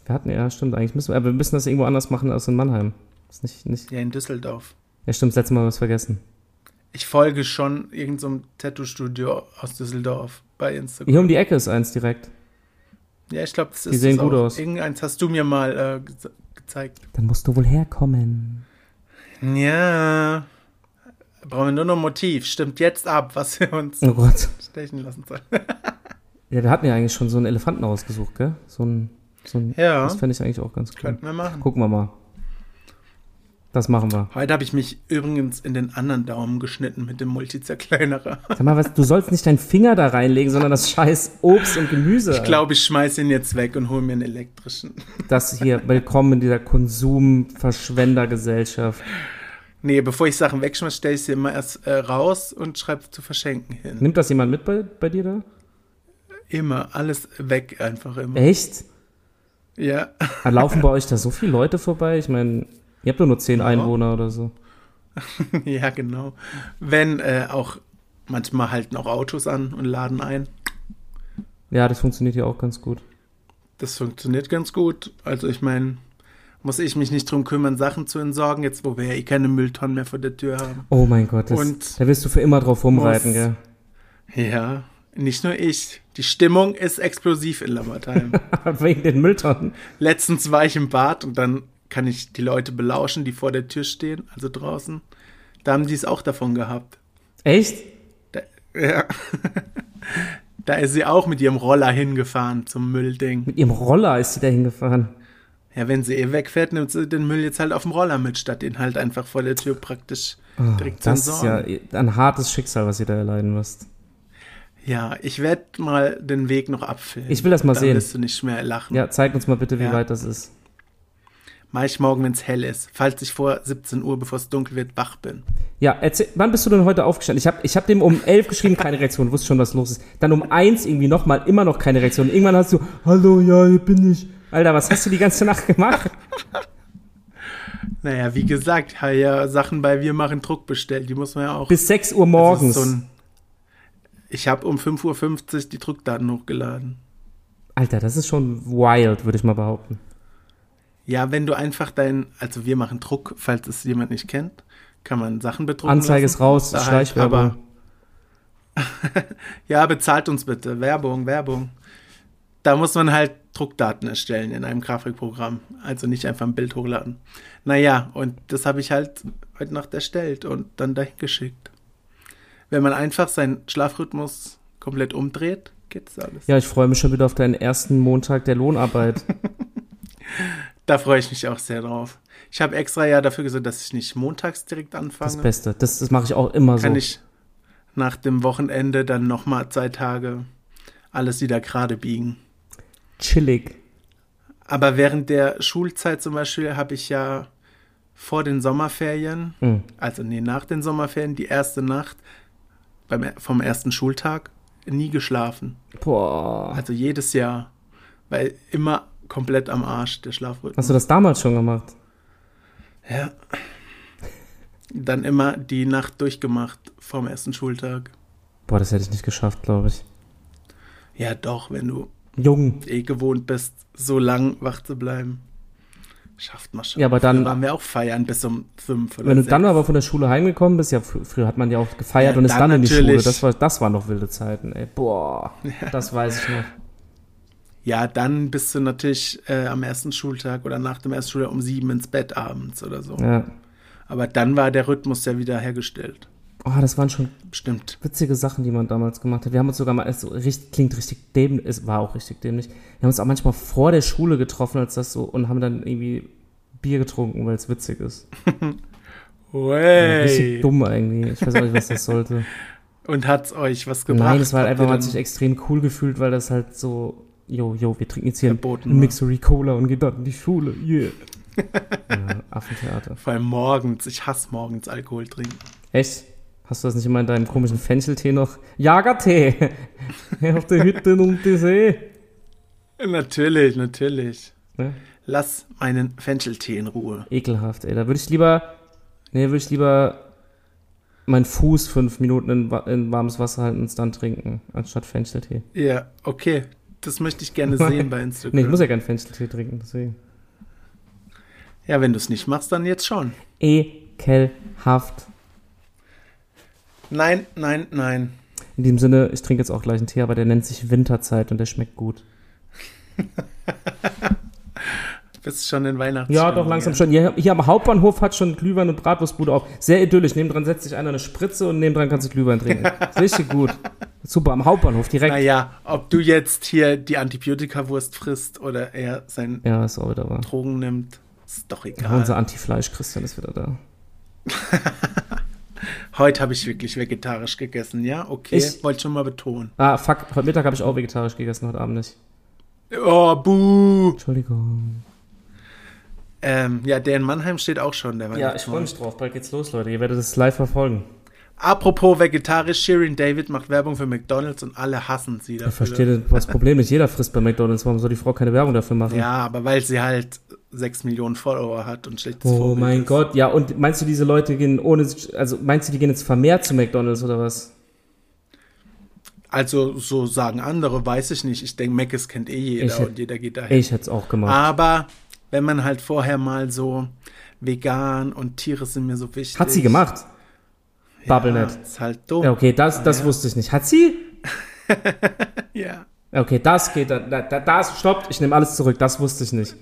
A: Wir hatten ja, stimmt, eigentlich müssen wir, aber wir müssen das irgendwo anders machen als in Mannheim. Ist nicht, nicht,
B: Ja, in Düsseldorf.
A: ja, stimmt, das letzte Mal haben wir es vergessen.
B: Ich folge schon irgendeinem so einem Tattoo-Studio aus Düsseldorf bei Instagram.
A: Hier um die Ecke ist eins direkt.
B: Ja, ich glaube, das ist.
A: Die sehen
B: das
A: gut
B: auch.
A: aus.
B: Irgendeins hast du mir mal äh, ge gezeigt.
A: Dann musst du wohl herkommen.
B: Ja. Brauchen wir nur noch ein Motiv. Stimmt jetzt ab, was wir uns
A: Oh Gott.
B: stechen lassen sollen.
A: Ja, wir hatten ja eigentlich schon so einen Elefanten ausgesucht, gell? So ein, so ein,
B: Ja,
A: das fände ich eigentlich auch ganz cool.
B: könnten wir machen.
A: Gucken wir mal. Das machen wir.
B: Heute habe ich mich übrigens in den anderen Daumen geschnitten mit dem Multizerkleinerer.
A: Sag mal, was, du sollst nicht deinen Finger da reinlegen, sondern das scheiß Obst und Gemüse.
B: Ich glaube, ich schmeiße ihn jetzt weg und hole mir einen elektrischen.
A: Das hier, willkommen in dieser Konsumverschwendergesellschaft.
B: Nee, bevor ich Sachen wegschmeiße, stelle ich sie immer erst äh, raus und schreibe zu verschenken hin.
A: Nimmt das jemand mit bei, bei dir da?
B: Immer, alles weg, einfach immer.
A: Echt? Äh.
B: Ja,
A: Da laufen bei euch da so viele Leute vorbei? Ich meine, ihr habt doch nur zehn Einwohner oder so.
B: ja, genau. Wenn äh, auch, manchmal halten auch Autos an und laden ein.
A: Ja, das funktioniert hier auch ganz gut.
B: Das funktioniert ganz gut. Also ich meine, muss ich mich nicht drum kümmern, Sachen zu entsorgen, jetzt wo wir ja eh keine Mülltonnen mehr vor der Tür haben.
A: Oh mein Gott, das,
B: Und
A: da wirst du für immer drauf rumreiten,
B: muss-
A: gell?
B: Ja, nicht nur ich. Die Stimmung ist explosiv in Lammertheim.
A: Wegen den Mülltonnen.
B: Letztens war ich im Bad und dann kann ich die Leute belauschen, die vor der Tür stehen, also draußen. Da haben die es auch davon gehabt.
A: Echt?
B: Da, ja. da ist sie auch mit ihrem Roller hingefahren zum Müllding.
A: Mit ihrem Roller ist sie da hingefahren.
B: Ja, wenn sie eh wegfährt, nimmt sie den Müll jetzt halt auf dem Roller mit, statt ihn halt einfach vor der Tür praktisch direkt zu
A: Ah, Oh, Das ist ja
B: entsorgen.
A: ein hartes Schicksal, was ihr da erleiden müsst.
B: Ja, ich werde mal den Weg noch abfilmen.
A: Ich will das mal
B: dann
A: sehen.
B: wirst du nicht mehr lachen.
A: Ja, zeig uns mal bitte, wie
B: Ja.
A: weit das ist.
B: Mach ich morgen, wenn es hell ist. Falls ich vor 17 Uhr, bevor es dunkel wird, wach bin.
A: Ja, erzähl, wann bist du denn heute aufgestanden? Ich habe ich hab dem um elf geschrieben, keine Reaktion, wusste schon, was los ist. Dann um eins irgendwie nochmal, immer noch keine Reaktion. Irgendwann hast du, hallo, ja, hier bin ich. Alter, was hast du die ganze Nacht gemacht?
B: Naja, wie gesagt, habe ja Sachen bei Wir machen Druck bestellt. Die muss man ja auch.
A: Bis 6 Uhr
B: Das ist
A: morgens.
B: so ein- ich habe um 5.50 Uhr die Druckdaten hochgeladen.
A: Alter, das ist schon wild, würde ich mal behaupten.
B: Ja, wenn du einfach dein, also wir machen Druck, falls es jemand nicht kennt, kann man Sachen bedrucken.
A: Anzeige
B: lassen.
A: ist raus,
B: Da halt,
A: Schleichwerbung.
B: aber- Ja, bezahlt uns bitte. Werbung, Werbung. Da muss man halt Druckdaten erstellen in einem Grafikprogramm. Also nicht einfach ein Bild hochladen. Naja, und das habe ich halt heute Nacht erstellt und dann dahin geschickt. Wenn man einfach seinen Schlafrhythmus komplett umdreht, geht's alles.
A: Ja, ich freue mich schon wieder auf deinen ersten Montag der Lohnarbeit.
B: Da freue ich mich auch sehr drauf. Ich habe extra ja dafür gesagt, dass ich nicht montags direkt
A: Das
B: anfange.
A: Beste. Das, das mache ich auch immer so.
B: Kann ich nach dem Wochenende dann nochmal zwei Tage alles wieder gerade biegen.
A: Chillig.
B: Aber während der Schulzeit zum Beispiel habe ich ja vor den Sommerferien,
A: Mhm.
B: also nee, nach den Sommerferien, die erste Nacht beim, vom ersten Schultag nie geschlafen.
A: Boah.
B: Also jedes Jahr. Weil immer komplett am Arsch der Schlafrhythmus.
A: Hast du das damals schon gemacht?
B: Ja. Dann immer die Nacht durchgemacht vom ersten Schultag.
A: Boah, das hätte ich nicht geschafft, glaube ich.
B: Ja, doch, wenn du
A: Jung.
B: eh gewohnt bist, so lang wach zu bleiben. Schafft man schon.
A: Ja, aber dann-
B: Früher waren wir auch feiern bis um fünf oder
A: Wenn du
B: sechs.
A: dann aber von der Schule heimgekommen bist, ja, fr früher hat man ja auch gefeiert
B: Ja,
A: und ist dann,
B: dann
A: in die Schule.
B: natürlich.
A: Das, war, das waren noch wilde Zeiten, ey. Boah, das weiß ich noch.
B: ja, dann bist du natürlich äh, am ersten Schultag oder nach dem ersten Schultag um sieben ins Bett abends oder so.
A: Ja.
B: Aber dann war der Rhythmus ja wieder hergestellt.
A: Oh, das waren schon
B: Bestimmt.
A: witzige Sachen, die man damals gemacht hat. Wir haben uns sogar mal, es so richtig, klingt richtig dämlich, es war auch richtig dämlich. Wir haben uns auch manchmal vor der Schule getroffen, als das so, und haben dann irgendwie Bier getrunken, weil es witzig ist. Ja, Richtig
B: Hey.
A: dumm irgendwie. Ich weiß auch nicht, was das sollte.
B: Und hat's euch was gebracht?
A: Nein, es war
B: Habt
A: halt einfach,
B: ihr
A: man hat
B: dann-
A: sich extrem cool gefühlt, weil das halt so, jo, jo, wir trinken jetzt hier
B: Verboten
A: einen
B: ne? war.
A: Mixery Cola und gehen dann in die Schule, yeah. ja, Affentheater.
B: Vor allem morgens. Ich hasse morgens Alkohol trinken.
A: Echt? Hast du das nicht immer in deinem komischen Fencheltee noch? Jagertee! Auf der Hütte um die See.
B: Natürlich, natürlich.
A: Ne?
B: Lass meinen Fencheltee in Ruhe.
A: Ekelhaft, ey. Da würde ich lieber, nee, würde ich lieber meinen Fuß fünf Minuten in, wa- in warmes Wasser halten und es dann trinken, anstatt Fencheltee.
B: Ja, okay. Das möchte ich gerne sehen bei Instagram.
A: Nee, ich muss ja keinen Fencheltee trinken, deswegen.
B: ja, wenn du es nicht machst, dann jetzt schon.
A: Ekelhaft.
B: Nein, nein, nein.
A: In diesem Sinne, ich trinke jetzt auch gleich einen Tee, aber der nennt sich Winterzeit und der schmeckt gut.
B: Bist schon in Weihnachten.
A: Ja, doch, langsam schon. Hier, hier am Hauptbahnhof hat schon Glühwein und Bratwurstbude auf. Sehr idyllisch. Nebendran setzt sich einer eine Spritze und nebendran kannst du Glühwein trinken. Ist Richtig gut. Super, am Hauptbahnhof direkt.
B: Naja, ob du jetzt hier die Antibiotikawurst frisst oder er seinen
A: Ja, ist auch wieder wahr.
B: Drogen nimmt, ist doch
A: Ja,
B: egal.
A: unser Anti-Fleisch-Christian ist wieder da.
B: Heute habe ich wirklich vegetarisch gegessen, ja? Okay,
A: Ich-
B: wollte schon mal betonen.
A: Ah, fuck, heute Mittag habe ich auch vegetarisch gegessen, heute Abend nicht.
B: Oh, buh!
A: Entschuldigung.
B: Ähm, ja, der in Mannheim steht auch schon, der
A: Ja, ich freue
B: Weihnachtsmann.
A: mich drauf. Bald geht's los, Leute. Ihr werdet es live verfolgen.
B: Apropos vegetarisch, Shirin David macht Werbung für McDonalds und alle hassen sie dafür.
A: Ich verstehe das Problem nicht. Jeder frisst bei McDonalds. Warum soll die Frau keine Werbung dafür machen?
B: Ja, aber weil sie halt 6 Millionen Follower hat und schlechtes
A: Oh
B: Vorbild
A: mein
B: ist.
A: Gott, ja, und meinst du, diese Leute gehen ohne, also meinst du, die gehen jetzt vermehrt zu McDonalds oder was?
B: Also, so sagen andere, weiß ich nicht. Ich denke, Mc's kennt eh jeder
A: Ich-
B: und jeder geht dahin.
A: Ich hätte es auch gemacht.
B: Aber wenn man halt vorher mal so vegan und Tiere sind mir so wichtig.
A: Hat sie gemacht? Bubblenet.
B: Ah, Ja, ist halt dumm.
A: Ja,
B: Ja.
A: okay, das, das
B: ja.
A: wusste ich nicht. Hat sie? Ja, Okay, das geht, da, da, da- das stoppt, ich nehme alles zurück, das wusste ich nicht.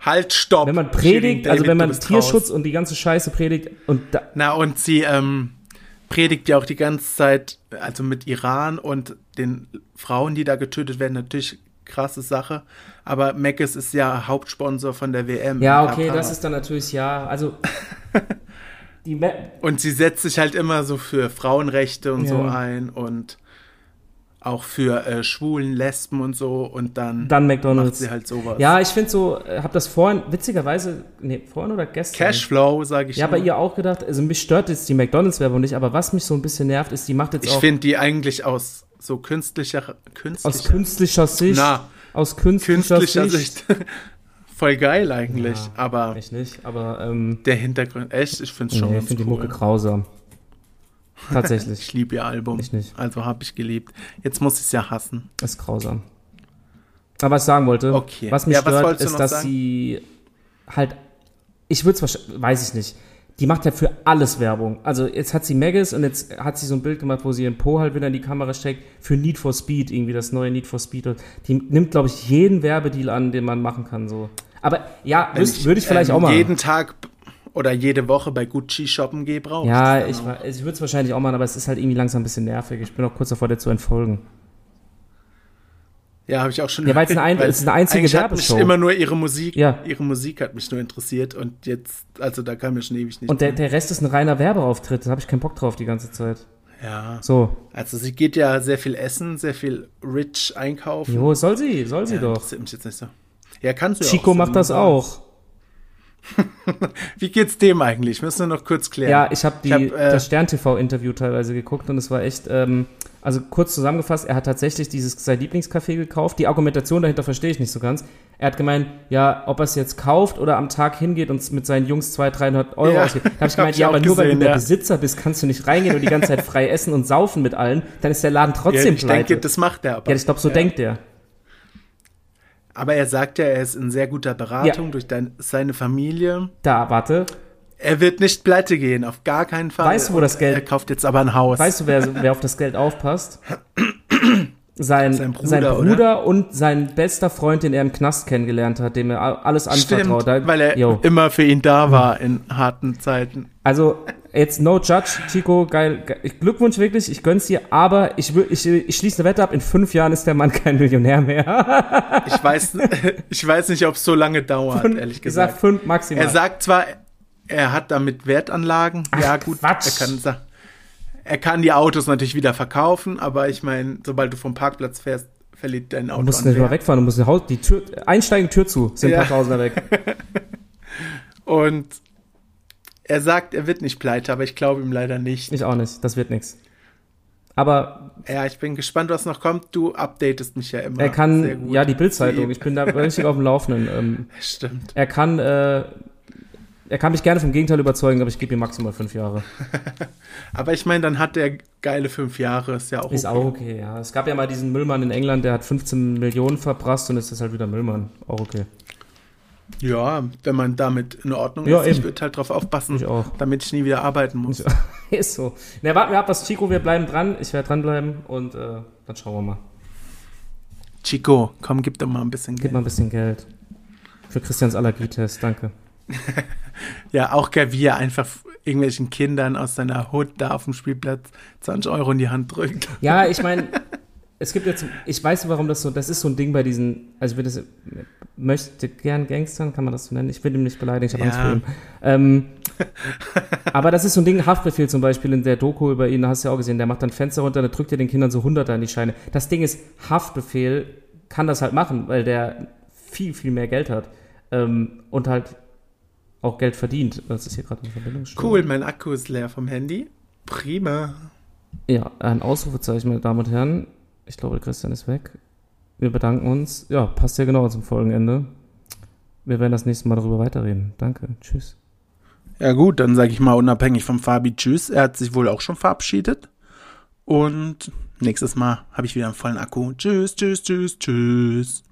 B: Halt, stopp.
A: Wenn man
B: Shirin
A: predigt,
B: David,
A: also wenn
B: du
A: man
B: bist
A: Tierschutz
B: raus.
A: und die ganze Scheiße predigt und da,
B: Na, und sie ähm, predigt ja auch die ganze Zeit, also mit Iran und den Frauen, die da getötet werden, natürlich krasse Sache. Aber Mc's ist ja Hauptsponsor von der WM.
A: ja, okay,
B: Aber-
A: das ist dann natürlich, ja, also, die, Me-
B: Und sie setzt sich halt immer so für Frauenrechte und so
A: Ja.
B: ein und auch für äh, Schwulen, Lesben und so und dann,
A: dann
B: macht
A: McDonalds.
B: sie halt sowas.
A: Ja, ich finde so, äh, hab das vorhin, witzigerweise, nee, vorhin oder gestern?
B: Cashflow, sage ich
A: Ja, bei
B: nur.
A: ihr auch gedacht, also mich stört jetzt die McDonalds-Werbung nicht, aber was mich so ein bisschen nervt, ist, die macht jetzt
B: Ich
A: auch
B: finde die eigentlich aus so künstlicher,
A: aus
B: künstlicher,
A: künstlicher Sicht,
B: Na,
A: aus künstlicher,
B: künstlicher
A: Sicht,
B: Sicht voll geil eigentlich,
A: Ja,
B: aber
A: ich nicht, aber ähm,
B: der Hintergrund, echt, ich finde es schon
A: nee, ich
B: ganz
A: finde die Mucke
B: cool.
A: grausam. Tatsächlich,
B: Ich liebe ihr Album,
A: Ich nicht.
B: also habe ich geliebt. Jetzt muss ich es ja hassen.
A: ist grausam. Aber was ich sagen wollte,
B: Okay.
A: was mich
B: Ja, was
A: stört,
B: wolltest du
A: ist,
B: noch
A: dass
B: sagen?
A: sie halt, ich würde es wahrscheinlich, weiß ich nicht, die macht ja für alles Werbung. Also jetzt hat sie Maggis und jetzt hat sie so ein Bild gemacht, wo sie ihren Po halt wieder in die Kamera steckt, für Need for Speed, irgendwie das neue Need for Speed. Und die nimmt, glaube ich, jeden Werbedeal an, den man machen kann, so. Aber ja,
B: Wenn
A: müsst- würde ich vielleicht
B: ähm,
A: auch mal.
B: jeden Tag oder jede Woche bei Gucci shoppen gehe, brauche
A: Ja,
B: das
A: ich,
B: dann auch.
A: wa- ich würde es wahrscheinlich auch machen, aber es ist halt irgendwie langsam ein bisschen nervig. Ich bin auch kurz davor, dir zu entfolgen.
B: Ja, habe ich auch schon.
A: Ja, weil's eine ein- es ist eine einzige
B: eigentlich hat mich
A: Werbeshow.
B: immer nur ihre Musik.
A: Ja.
B: Ihre Musik hat mich nur interessiert und jetzt, also da kam mir schon ewig nicht.
A: Und der,
B: mehr.
A: der Rest ist ein reiner Werbeauftritt, da habe ich keinen Bock drauf die ganze Zeit.
B: ja.
A: So.
B: Also sie geht ja sehr viel essen, sehr viel rich einkaufen.
A: Jo, soll sie, soll sie
B: ja,
A: doch.
B: Interessiert mich jetzt nicht so. Ja, kannst du ja
A: Chico
B: auch,
A: macht das auch.
B: Wie geht's dem eigentlich? Müssen wir noch kurz klären.
A: Ja, ich habe
B: Ich hab,
A: äh,
B: äh,
A: das Stern-TV-Interview teilweise geguckt und es war echt, ähm, also kurz zusammengefasst, er hat tatsächlich dieses sein Lieblingscafé gekauft. Die Argumentation dahinter verstehe ich nicht so ganz. Er hat gemeint, ja, ob er es jetzt kauft oder am Tag hingeht und mit seinen Jungs 200, 300 Euro
B: Ja,
A: ausgibt. Da habe ich
B: hab
A: gemeint,
B: ich
A: ja,
B: auch
A: aber nur weil du
B: gesehen,
A: der
B: ja.
A: Besitzer bist, kannst du nicht reingehen und die ganze Zeit frei essen und saufen mit allen. Dann ist der Laden
B: ja,
A: trotzdem
B: ich
A: pleite.
B: denke, das macht er aber.
A: ja, ich glaube, so denkt er.
B: aber er sagt ja, er ist in sehr guter Beratung durch dein, seine Familie.
A: Da, warte.
B: Er wird nicht pleite gehen, auf gar keinen Fall.
A: Weißt du, wo das Geld-
B: Er kauft jetzt aber ein Haus.
A: Weißt du, wer, wer auf das Geld aufpasst? Sein, sein
B: Sein
A: Bruder,
B: Bruder,
A: und sein bester Freund, den er im Knast kennengelernt hat, dem er a- alles anvertraut
B: Stimmt,
A: hat. Hm.
B: weil er
A: Yo.
B: immer für ihn da war in harten Zeiten.
A: Also, jetzt no judge, Chico, geil. ge- Glückwunsch wirklich, ich gönn's dir, aber ich, will, ich, ich schließe eine Wette ab, in fünf Jahren ist der Mann kein Millionär mehr.
B: Ich weiß, ich weiß nicht, ob es so lange dauert,
A: ich
B: ehrlich
A: sag
B: gesagt.
A: fünf maximal.
B: Er sagt zwar, er hat damit Wertanlagen. ja, gut,
A: Quatsch.
B: er kann sagen. Er kann die Autos natürlich wieder verkaufen, aber ich meine, sobald du vom Parkplatz fährst, verliert dein Auto.
A: Du musst
B: an
A: nicht mal
B: Wert.
A: wegfahren, du musst die Haus- die Tür, einsteigen, Tür zu, sind ein
B: Ja.
A: paar Tausender weg.
B: Und er sagt, er wird nicht pleite, aber ich glaube ihm leider nicht.
A: Ich auch nicht, das wird nix. Aber
B: Ja, ich bin gespannt, was noch kommt. Du updatest mich ja immer.
A: er
B: Sehr
A: kann,
B: gut.
A: ja, die Bildzeitung,
B: Die-
A: ich bin da richtig auf dem Laufenden. Ähm,
B: Stimmt.
A: er kann, äh, er kann mich gerne vom Gegenteil überzeugen, aber ich gebe ihm maximal fünf Jahre.
B: Aber ich meine, dann hat er geile fünf Jahre. Ist ja auch.
A: Ist
B: okay.
A: auch okay, ja. Es gab ja mal diesen Müllmann in England, der hat 15 Millionen verprasst und ist das halt wieder Müllmann. Auch okay.
B: Ja, wenn man damit in Ordnung
A: Ja,
B: ist. Ich
A: eben.
B: würde halt drauf aufpassen,
A: Ich auch.
B: damit ich nie wieder arbeiten muss.
A: Ich- Ist so. Na, warten wir ab, was Chico, wir bleiben dran. Ich werde dranbleiben und äh, dann schauen wir mal.
B: Chico, komm, gib doch mal ein bisschen
A: Gib
B: Geld.
A: mal ein bisschen Geld. Für Christians Allergietest, danke.
B: Ja, auch geil, wie er einfach irgendwelchen Kindern aus seiner Hood da auf dem Spielplatz 20 Euro in die Hand drückt.
A: Ja, ich meine, es gibt jetzt, ich weiß nicht, warum das so, das ist so ein Ding bei diesen, also ich würde das, möchte gern Gangstern, kann man das so nennen? Ich will ihn nicht beleidigen, ich habe
B: Ja.
A: Angst vor ihm. Ähm, aber das ist so ein Ding, Haftbefehl zum Beispiel in der Doku über ihn, hast du ja auch gesehen, der macht dann Fenster runter, dann drückt er den Kindern so Hunderter in die Scheine. Das Ding ist, Haftbefehl kann das halt machen, weil der viel, viel mehr Geld hat ähm, und halt auch Geld verdient. Das ist hier gerade eine Verbindung.
B: Cool, mein Akku ist leer vom Handy. Prima.
A: Ja, ein Ausrufezeichen, meine Damen und Herren. Ich glaube, Christian ist weg. Wir bedanken uns. Ja, passt ja genau zum Folgenende. Wir werden das nächste Mal darüber weiterreden. Danke. Tschüss.
B: Ja gut, dann sage ich mal unabhängig von Fabi Tschüss. Er hat sich wohl auch schon verabschiedet. Und nächstes Mal habe ich wieder einen vollen Akku. Tschüss, tschüss, tschüss, tschüss.